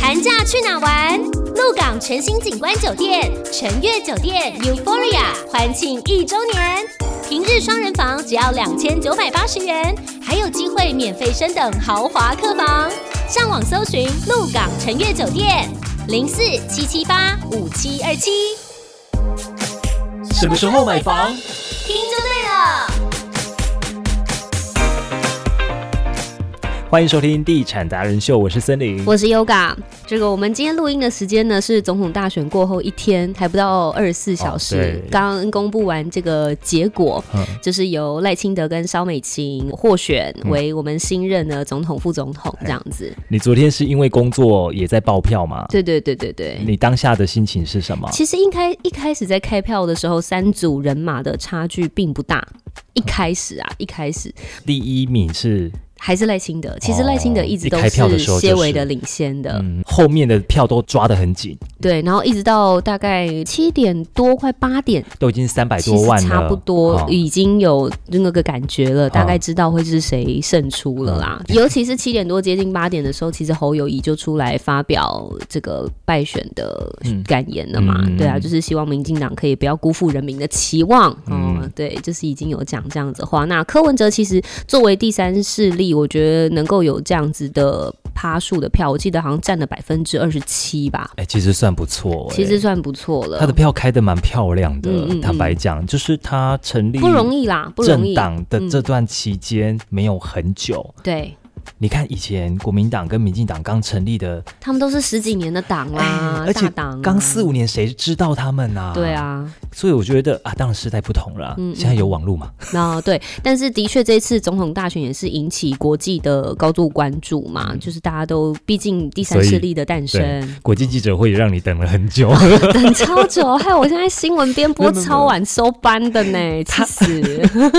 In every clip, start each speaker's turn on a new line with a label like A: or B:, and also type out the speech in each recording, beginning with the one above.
A: 寒假去哪玩？鹿港全新景观酒店、晨悦酒店 Euphoria 欢庆一周年，平日双人房只要两千九百八十元，还有机会免费升等豪华客房。上网搜寻鹿港晨悦酒店零四七七八五七二七，
B: 什么时候买房？
A: 听就对了。
C: 欢迎收听《地产达人秀》，我是森林。
D: 我是 Yoga。这个我们今天录音的时间呢是总统大选过后一天，还不到二十四小
C: 哦
D: 时
C: 对，
D: 刚、公布完这个结果，
C: 嗯
D: 就是由赖清德跟萧美琴获选为我们新任的总统、副总统这样子。
C: 你昨天是因为工作也在爆票吗？
D: 对对对对对。
C: 你当下的心情是什么？
D: 其实应该一开始在开票的时候，三组人马的差距并不大。一开始啊，一开始
C: 第一名是，
D: 还是赖清德。其实赖清德一直
C: 哦
D: 都
C: 一开票的
D: 是
C: 时候就是
D: 些微的领先的，
C: 嗯，后面的票都抓得很紧，
D: 对。然后一直到大概七点多，快八点
C: 都已经三百
D: 其
C: 多
D: 实
C: 万了，
D: 差不多
C: 哦
D: 已经有那个感觉了，大概知道会是谁胜出了啦。
C: 嗯
D: 尤其是七点多接近八点的时候，其实侯友谊就出来发表这个败选的
C: 嗯
D: 感言了嘛，
C: 嗯
D: 对啊，就是希望民进党可以不要辜负人民的期望。
C: 嗯
D: 嗯，对，就是已经有讲这样子的话。那柯文哲其实作为第三势力，我觉得能够有这样子的趴数的票，我记得好像占了百分之二十七吧，
C: 哎、其实算不错、哎
D: 其实算不错了。
C: 他的票开的蛮漂亮的，
D: 嗯嗯嗯
C: 坦白讲，就是他成立
D: 不容易啦，不容
C: 政
D: 易。
C: 党的
D: 嗯
C: 这段期间没有很久。
D: 对，
C: 你看以前国民党跟民进党刚成立的，哎
D: 他们都是十几年的党啦、
C: 而且
D: 大党、啊，
C: 刚四五年，谁知道他们啊？
D: 对，啊，
C: 所以我觉得啊，当然时代不同了，
D: 嗯嗯
C: 现在有网络嘛，
D: 那对，但是的确这次总统大选也是引起国际的高度关注嘛，就是大家都毕竟第三
C: 嗯所以
D: 势力的诞
C: 对
D: 生，
C: 国际记者会让你等了很 久，
D: 等超久，害我现在新闻编播超晚收班的呢，气死！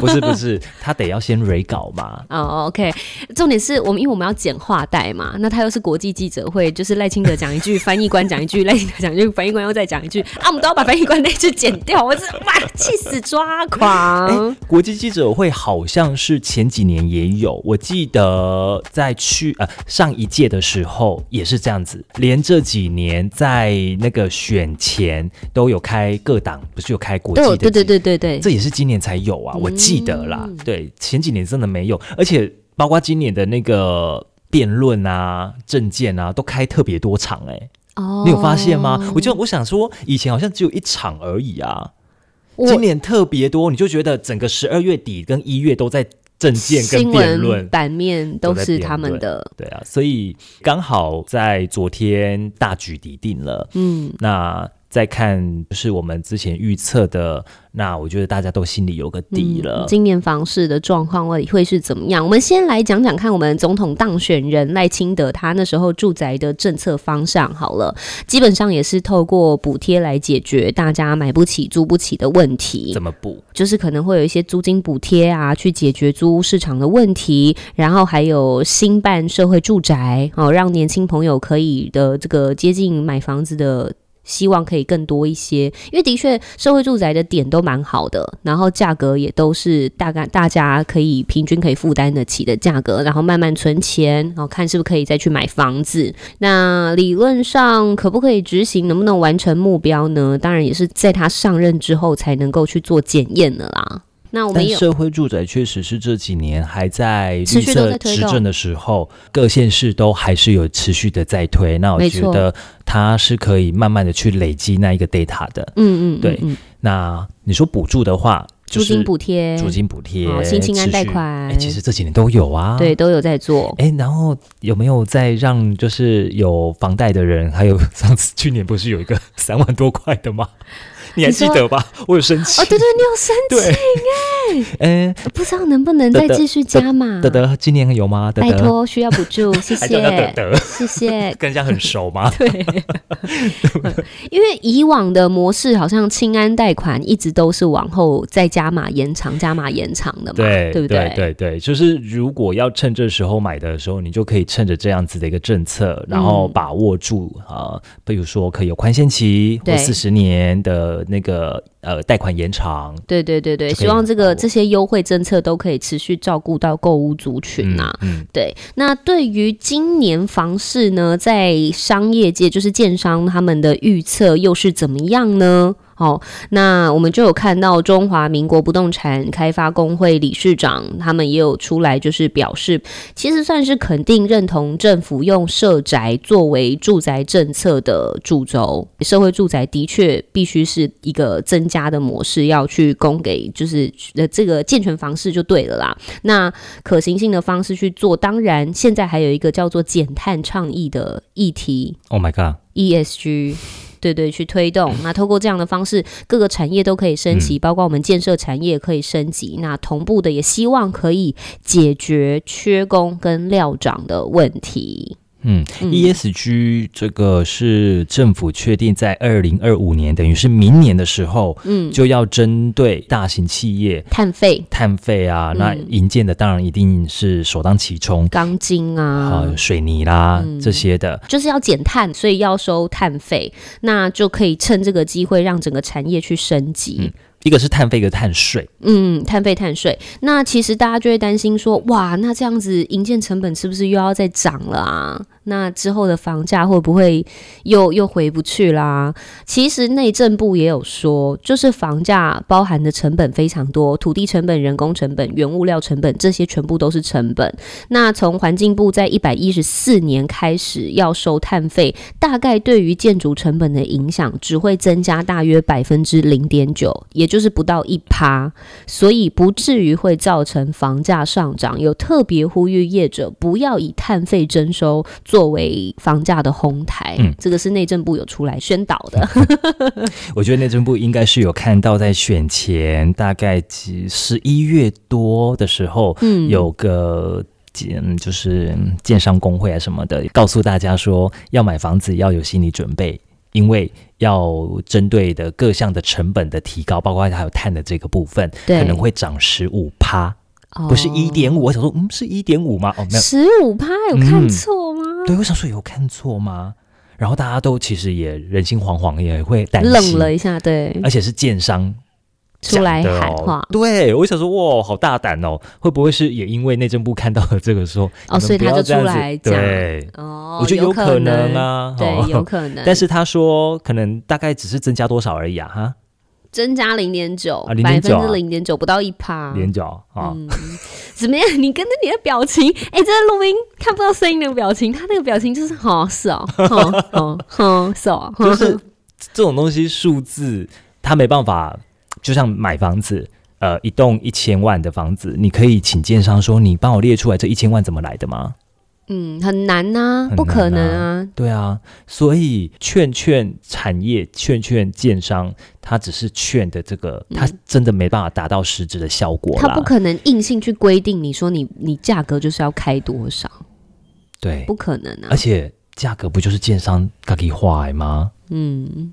C: 不是不是，他得要先 re 稿嘛。
D: 哦、o k 重点是我们因为我们要简化带嘛，那他又是国际记者会，就是赖清德讲一句，翻译官讲一句，赖清德讲一句，翻译官又再讲一句，啊，我们都要把翻译官那句剪掉，我是哇，气死抓
C: 哎
D: 狂！，
C: 国际记者会好像是前几年也有，我记得在去呃上一届的时候也是这样子，连这几年在那个选前都有开各党，不是有开国际
D: 都有
C: 的，
D: 哦对对，对对对，
C: 这也是今年才有啊，我记得啦，
D: 嗯
C: 对，前几年真的没有，而且包括今年的那个辩论啊、政见啊，都开特别多场哎、
D: 哦
C: 你有发现吗？我就我想说，以前好像只有一场而已啊，
D: 我
C: 今年特别多，你就觉得整个十二月底跟一月都在政见跟
D: 新
C: 辩论
D: 闻。版面都是他们的，
C: 对啊，所以刚好在昨天大局已定了，
D: 嗯，
C: 那再看就是我们之前预测的，那我觉得大家都心里有
D: 嗯
C: 个底了。
D: 今年房市的状况会会是怎么样？我们先来讲讲看我们总统当选人赖清德他那时候住宅的政策方向好了，基本上也是透过补贴来解决大家买不起、租不起的问题
C: 怎。么补？
D: 就是可能会有一些租金补贴啊，去解决租屋市场的问题，然后还有新办社会住宅哦，让年轻朋友可以的这个接近买房子的。希望可以更多一些，因为的确社会住宅的点都蛮好的，然后价格也都是大概大家可以平均可以负担得起的价格，然后慢慢存钱，然后看是不是可以再去买房子。那理论上可不可以执行，能不能完成目标呢？当然也是在他上任之后才能够去做检验的啦。那我们
C: 但
D: 也有
C: 社会住宅确实是这几年还在
D: 持
C: 绿
D: 续都
C: 色
D: 在推
C: 执
D: 动
C: 政的时候，各县市都还是有持续的在推。那我
D: 没
C: 觉
D: 错
C: 得它是可以慢慢的去累积那一个 data 的。
D: 嗯嗯嗯
C: 对
D: 嗯
C: 那你说补助的话，就
D: 租金
C: 是
D: 补贴，
C: 租金补贴、
D: 哦新青
C: 持
D: 安
C: 续
D: 贷款
C: 哎，其实这几年都有啊。
D: 对。都有在做。
C: 哎，然后有没有在让就是有房贷的人，还有上次去年不是有一个 三万多块的吗？你还
D: 你
C: 记
D: 说
C: 得吧？我有申请。
D: 哦，对对，你有申
C: 哎对， 哎，
D: 请，不知道能不能再继续加码？
C: 德德今年有吗？德
D: 拜
C: 德，
D: 托，需要补助，谢
C: 还叫他德
D: 谢，
C: 德，
D: 谢 谢。
C: 跟人家很熟 吗？
D: 对，因为以往的模式好像清安贷款一直都是往后再加码延长、加码延长的嘛，
C: 对
D: 不
C: 对对对，就是如果要趁这时候买的时候，你就可以趁着这样子的一个政
D: 嗯
C: 策，然后把握住啊、呃比如说可以有宽限期或
D: 对
C: 四十年的那个呃贷款延长，
D: 对对对对，
C: 就可以
D: 希望这
C: 把
D: 个
C: 握
D: 这些优惠政策都可以持续照顾到购物族群啊呐、
C: 嗯，
D: 对，那对于今年房市呢，在商业界就是建商他们的预测又是怎么样呢？哦，那我们就有看到中华民国不动产开发工会理事长他们也有出来，就是表示，其实算是肯定认同政府用社宅作为住宅政策的主轴，社会住宅的确必须是一个增加的模式，要去供给就是呃这个健全房市就对了啦。那可行性的方式去做。当然，现在还有一个叫做减碳倡议的议题
C: 嗯，Oh my god，
D: ESG。对对，去推动。那透过这样的方式，各个产业都可以升级，包括我们建设产业可以升级。那同步的，也希望可以解决缺工跟料涨的问题。
C: 嗯
D: 嗯
C: ，ESG 这个是政府确定在二零二五年，等于是明年的时候，
D: 嗯，
C: 就要针对大型企业
D: 碳费、
C: 碳费啊，那
D: 嗯
C: 营建的当然一定是首当其冲，
D: 钢筋啊，
C: 呃，水泥啦、
D: 嗯
C: 这些的，
D: 就是要减碳，所以要收碳费。那就可以趁这个机会让整个产业去升级。
C: 一个是碳费，一个碳税，
D: 嗯，碳费碳税，那其实大家就会担心说，哇，那这样子营建成本是不是又要再涨了啊？那之后的房价会不会又又回不去啦？其实内政部也有说，就是房价包含的成本非常多，土地成本、人工成本、原物料成本，这些全部都是成本。那从环境部在一百一十四年开始要收碳费，大概对于建筑成本的影响只会增加大约百分之零点九，也就是不到一趴。所以不至于会造成房价上涨。有特别呼吁业者不要以碳费征收作为房价的哄抬，
C: 嗯
D: 这个是内政部有出来宣导的。
C: 我觉得内政部应该是有看到，在选前大概几十一月多的时候，
D: 嗯
C: 有个。嗯，就是建商工会啊什么的，告诉大家说要买房子要有心理准备，因为要针对的各项的成本的提高，包括还有碳的这个部分，
D: 对哦
C: 可能会涨十五趴，不是一点五。我想说，嗯，是一点五吗？哦，没有，嗯
D: 十五趴，有看错吗？
C: 对，我想说有看错吗？然后大家都其实也人心惶惶，也会担心，
D: 愣了一下，对，
C: 而且是建商
D: 出来
C: 呃讲的
D: 喊
C: 哦
D: 话。
C: 对，我想说，哇，好大胆哦！会不会是也因为内政部看到了这个说，你
D: 哦
C: 们
D: 所以
C: 不
D: 他
C: 要
D: 就
C: 这样
D: 出
C: 子
D: 来讲
C: 对，
D: 哦，
C: 我觉得
D: 有
C: 可
D: 能
C: 能，啊，哦
D: 对，有可能。
C: 但是他说可能大概只是增加多少而已啊，哈，
D: 增加零点九
C: 啊，
D: 百分
C: 0.9
D: 之
C: 啊
D: 零点九，不到一趴。
C: 连角啊，
D: 嗯，怎么样？你跟着你的表情，哎、这个录音看不到声音的表情，他那个表情就是，哦，是哦，哦，哦，哦，是 哦，
C: 就是这种东西数字，它没办法，就像买房子。呃，一栋一千万的房子，你可以请建商说，你帮我列出来这一千万怎么来的吗？
D: 嗯，很难呐、
C: 很
D: 不可能
C: 难啊
D: 啊，
C: 对啊，所以劝劝产业、劝劝建商，他只是劝的这个，他真的没办法达到实质的效果啦。
D: 他不可能硬性去规定你说你你价格就是要开多少，
C: 对，
D: 不可能啊
C: 而，且价格不就是建商他给画的吗？
D: 嗯，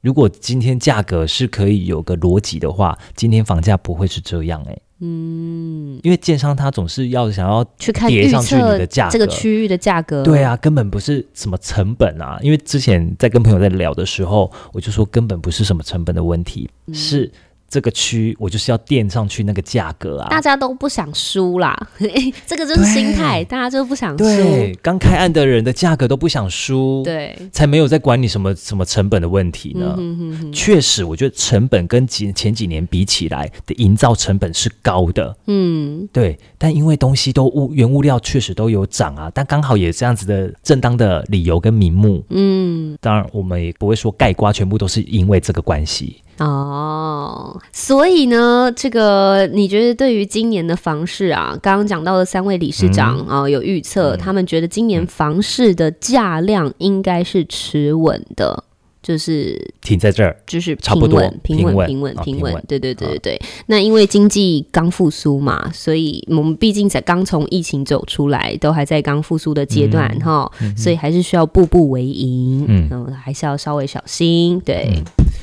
C: 如果今天价格是可以有个逻辑的话，今天房价不会是这样哎、嗯，因为建商他总是要想要，
D: 去看
C: 叠
D: 预
C: 上去
D: 测
C: 你的价
D: 这个
C: 格
D: 区域的价格，
C: 对，啊，根本不是什么成本啊。因为之前在跟朋友在聊的时候，我就说根本不是什么成本的问题，
D: 嗯
C: 是这个区我就是要垫上去那个价格啊
D: 大。家都不想输啦， 这个就是心态，大家就不想输，
C: 对，刚开案的人的价格都不想输，，
D: 对，
C: 才没有在管你什么什么成本的问题呢。
D: 嗯哼哼，
C: 确实，我觉得成本跟几前几年比起来的营造成本是高的，
D: 嗯，
C: 对。但因为东西都物原物料确实都有涨啊，但刚好也这样子的正当的理由跟名目，
D: 嗯。
C: 当然我们也不会说盖瓜全部都是因为这个关系。
D: 哦，所以呢，这个你觉得对于今年的房市啊，刚刚讲到的三位理事长
C: 嗯
D: 啊、有预测，他们觉得今年房市的价量应该是持稳的，就是
C: 停在这儿，
D: 就是
C: 差
D: 平
C: 不多
D: 稳、平
C: 平
D: 稳、
C: 稳
D: 平稳、
C: 啊
D: 平
C: 平
D: 稳
C: 稳。
D: 对对对对对。那因为经济刚复苏嘛，所以我们毕竟才刚从疫情走出来，都还在刚复苏的阶段哈，所以还是需要步步为营，
C: 嗯
D: 嗯，还是要稍微小心。对，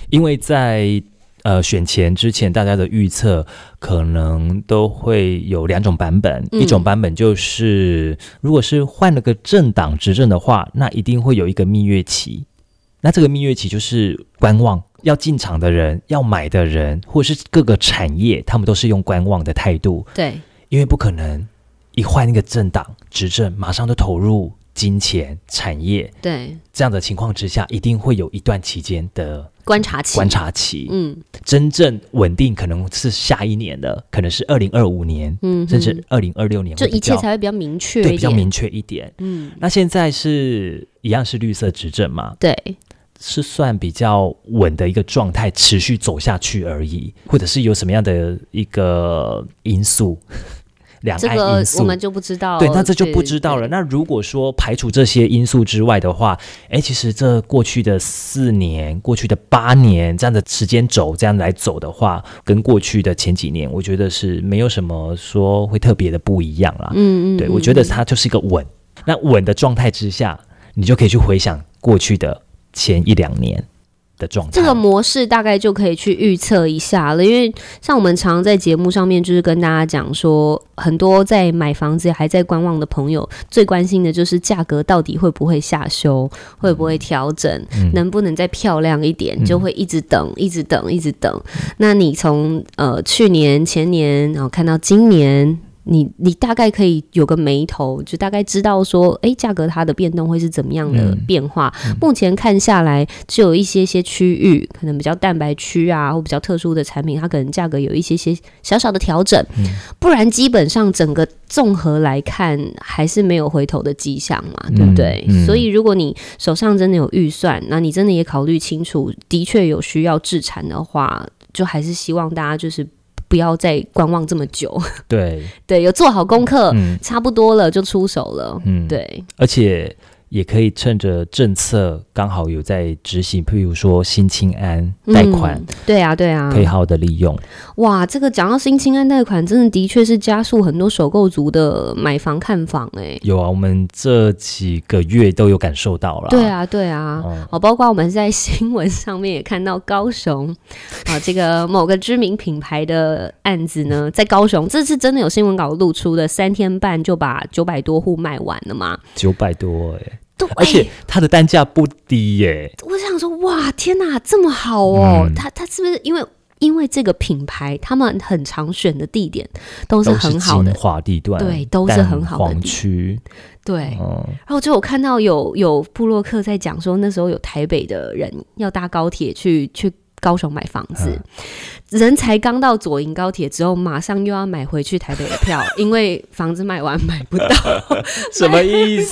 C: 因为在呃选前之前，大家的预测可能都会有两种版本，
D: 嗯
C: 一种版本就是如果是换了个政党执政的话，那一定会有一个蜜月期，那这个蜜月期就是观望，要进场的人、要买的人，或是各个产业，他们都是用观望的态度，
D: 对，
C: 因为不可能一换一个政党执政，马上就投入金钱、产业
D: 对，
C: 这样的情况之下，一定会有一段期间的
D: 观察期，
C: 观，察期。
D: 嗯
C: 真正稳定可能是下一年的，可能是二零二五年，
D: 嗯哼，
C: 甚至二零二六年
D: 就
C: 会比
D: 一切
C: 较，
D: 才会比较明确一
C: 对比
D: 点，
C: 较明确一点。
D: 嗯，
C: 那现在是一样是绿色执政嘛，
D: 对，
C: 是算比较稳的一个状态，持续走下去而已，或者是有什么样的一个因素，两
D: 这
C: 岸
D: 个
C: 因素。
D: 我们就不知道，
C: 对，那这就不知道
D: 哦对
C: 了。那如果说排除这些因素之外的话，哎，其实这过去的四年、过去的八年这样的时间轴这样来走的话，跟过去的前几年，我觉得是没有什么说会特别的不一样啦。
D: 嗯嗯，
C: 对，
D: 嗯
C: 我觉得
D: 嗯
C: 它就是一个稳。那稳的状态之下，你就可以去回想过去的前一两年的状态。
D: 这个模式大概就可以去预测一下了，因为像我们常在节目上面就是跟大家讲说，很多在买房子还在观望的朋友，最关心的就是价格到底会不会下修，会不会调整，
C: 嗯
D: 能不能再漂亮一点，就会一直等，一直等，一直等。那你从呃去年、前年，然后看到今年。你你大概可以有个眉头，就大概知道说，诶，价格它的变动会是怎么样的
C: 嗯
D: 变化。目前看下来，只有一些些区域，可能比较蛋白区啊，或比较特殊的产品，它可能价格有一些些小小的调整，
C: 嗯
D: 不然基本上整个综合来看，还是没有回头的迹象嘛，对不对？
C: 嗯嗯
D: 所以如果你手上真的有预算，那你真的也考虑清楚，的确有需要置产的话，就还是希望大家就是不要再观望这么久，
C: 对，
D: 对，有做好功课，
C: 嗯
D: 差不多了就出手了，
C: 嗯，。
D: 对，
C: 而且也可以趁着政策刚好有在执行，譬如说新青安贷款，
D: 嗯对啊，对啊，
C: 可以好好的利用。
D: 哇，这个讲到新青安贷款，真的的确是加速很多首购族的买房看房哎、
C: 有啊，我们这几个月都有感受到了。
D: 对，啊，对啊。
C: 嗯，
D: 哦，包括我们在新闻上面也看到高雄啊，这个某个知名品牌的案子呢，在高雄，这次真的有新闻稿露出的，三天半就把九百多户卖完了嘛？
C: 九百多哎、
D: 对，
C: 而且它的单价不低耶、
D: 我想说，哇，天哪，这么好哦！
C: 嗯
D: 他他是不是因为因为这个品牌，他们很常选的地点都是
C: 都是
D: 很好
C: 精
D: 的，
C: 华地段，
D: 对都是很好的
C: 蛋黄区，
D: 对，哎
C: 嗯，
D: 然后就我看到有有部落客在讲说，那时候有台北的人要搭高铁去去高雄买房子，人才刚到左营高铁之后，马上又要买回去台北的 票，因为房子卖完买不到
C: 什么意思？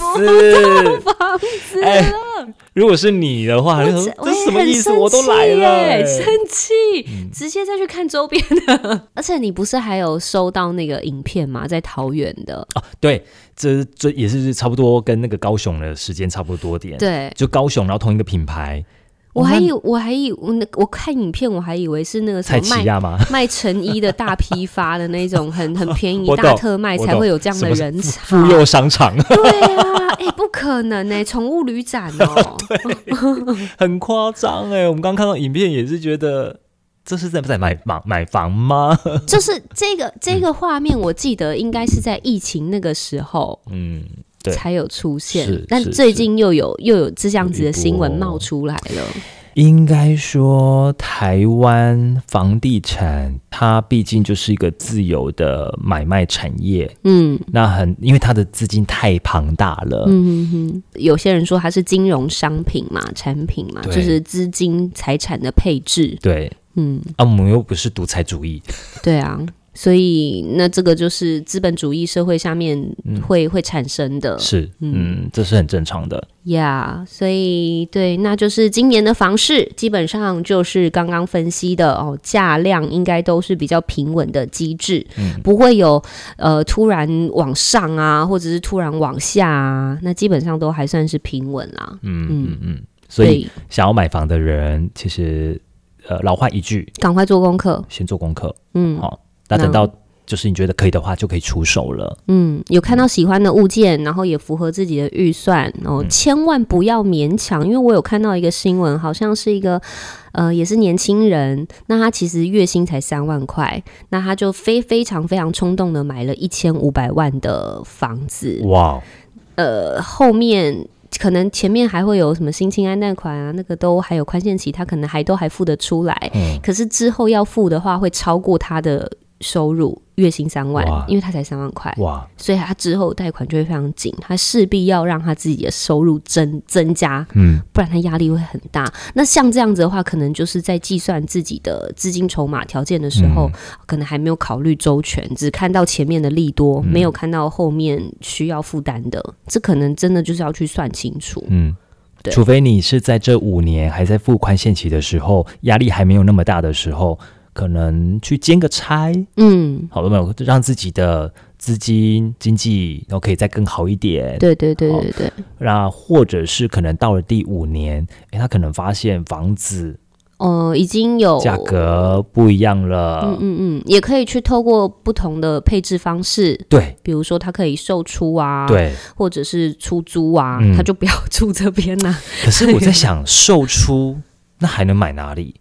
D: 房子。
C: 哎、如果是你的话，你想说
D: 我
C: 哦这
D: 也
C: 是什么
D: 很
C: 意思？
D: 生
C: 我都来
D: 气
C: 了、
D: 耶
C: 哎嗯
D: 生气，直接再去看周边的。 而且你不是还有收到那个影片吗？在桃园的，
C: 哦对，这这也是差不多跟那个高雄的时间差不多点。
D: 对
C: 就高雄，然后同一个品牌，
D: 我
C: 哦
D: 还
C: 那
D: 以我还以我那我看影片，我还以为是那个
C: 蔡
D: 什么卖
C: 奇亚吗？
D: 卖成衣的大批发的那种， 很很便宜
C: 我懂
D: 大特卖才会有这样的
C: 我懂什
D: 人潮。
C: 妇幼商场
D: 对啊，哎、不可能呢、宠物旅展 哦、
C: 很夸张哎，我们刚看到影片也是觉得这是在在买房买房吗？
D: 就是这个这个画面，我记得应该是在疫情那个时候
C: 嗯，对
D: 才有出现
C: 是，
D: 但
C: 是
D: 最近又有又有这样子的新闻
C: 有一波
D: 冒出来了。
C: 应该说台湾房地产它毕竟就是一个自由的买卖产业，
D: 嗯
C: 那很因为它的资金太庞大了，
D: 嗯哼哼，有些人说它是金融商品嘛，产品嘛，
C: 对
D: 就是资金财产的配置。
C: 对，
D: 嗯，
C: 啊，我们又不是独裁主义，
D: 对啊，所以那这个就是资本主义社会下面
C: 嗯
D: 会、会产生的
C: 是，
D: 嗯
C: 嗯，这是很正常的，
D: 呀。Yeah，所以对，那就是今年的房市基本上就是刚刚分析的哦，价量应该都是比较平稳的机制，
C: 嗯
D: 不会有呃突然往上啊，或者是突然往下啊，那基本上都还算是平稳啦。
C: 嗯
D: 嗯
C: 嗯嗯，所以
D: 对
C: 想要买房的人，其实呃，老话一句，
D: 赶快做功课。
C: 先做功课，
D: 嗯
C: 好、那等到就是你觉得可以的话，就可以出手了。
D: 嗯，有看到喜欢的物件，然后也符合自己的预算哦，千万不要勉强，因为我有看到一个新闻，好像是一个呃，也是年轻人，那他其实月薪才三万块，那他就非非常非常冲嗯动的买了一千五百万的房子，
C: 哇，
D: 呃，后面可能前面还会有什么新青安贷款啊，那个都还有宽限期，他可能还都还付得出来。
C: 嗯，
D: 可是之后要付的话，会超过他的收入，月薪三万
C: 哇，
D: 因为他才三万块，
C: 哇，
D: 所以他之后贷款就会非常紧，他势必要让他自己的收入增增加，
C: 嗯，
D: 不然他压力会很大。那像这样子的话，可能就是在计算自己的资金筹码条件的时候，
C: 嗯
D: 可能还没有考虑周全，只看到前面的利多，没有看到后面需要负担的，这可能真的就是要去算清楚。
C: 嗯。
D: 对
C: 除非你是在这五年还在付宽限期的时候，压力还没有那么大的时候，可能去兼个差，
D: 嗯，
C: 好了没有？让自己的资金经济都可以再更好一点。
D: 对对对对对，
C: 那或者是可能到了第五年，诶，他可能发现房子
D: 呃，已经有
C: 价格不一样了，
D: 嗯嗯嗯，也可以去透过不同的配置方式，
C: 对
D: 比如说它可以售出啊，，
C: 对。
D: 或者是出租啊，
C: 嗯
D: 他就不要住这边啊呐、
C: 可是我在想，售出那还能买哪里？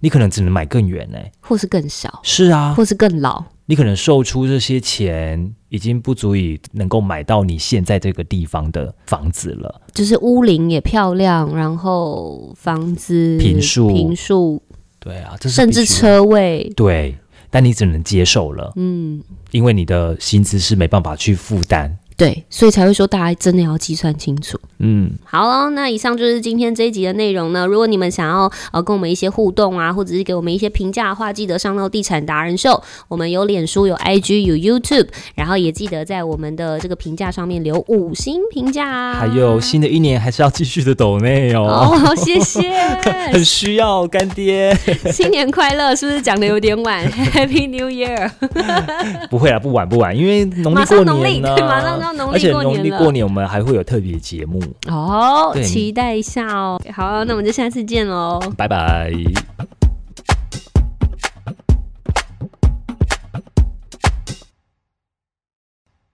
C: 你可能只能买更远呢、
D: 或是更小，
C: 是啊，
D: 或是更老，
C: 你可能售出这些钱已经不足以能够买到你现在这个地方的房子了。
D: 就是屋龄也漂亮，然后房子
C: 平数
D: 平数，
C: 对啊，这是
D: 甚至
C: 必须的
D: 车位，
C: 对，但你只能接受了，
D: 嗯，
C: 因为你的薪资是没办法去负担。
D: 对，所以才会说大家真的要计算清楚。
C: 嗯，
D: 好喽，那以上就是今天这一集的内容呢。如果你们想要呃跟我们一些互动啊，或者是给我们一些评价的话，记得上到地产达人秀，我们有脸书、有 IG、有 YouTube，然后也记得在我们的这个评价上面留五星评价啊。
C: 还有新的一年还是要继续的抖内哦，
D: 哦， 谢谢，
C: 很需要干爹。
D: 新年快乐！是不是讲的有点 晚？Happy New Year！
C: 不会啦，啊不晚不晚，因为农历
D: 马
C: 过
D: 上农历
C: 年呢，
D: 对马上要农历
C: 而且
D: 过
C: 农
D: 年
C: 历
D: 了
C: 过年我们还会有特别节目，
D: 哦，
C: 对
D: 期待一下哦。好，那我们就下次见喽。
C: 拜拜。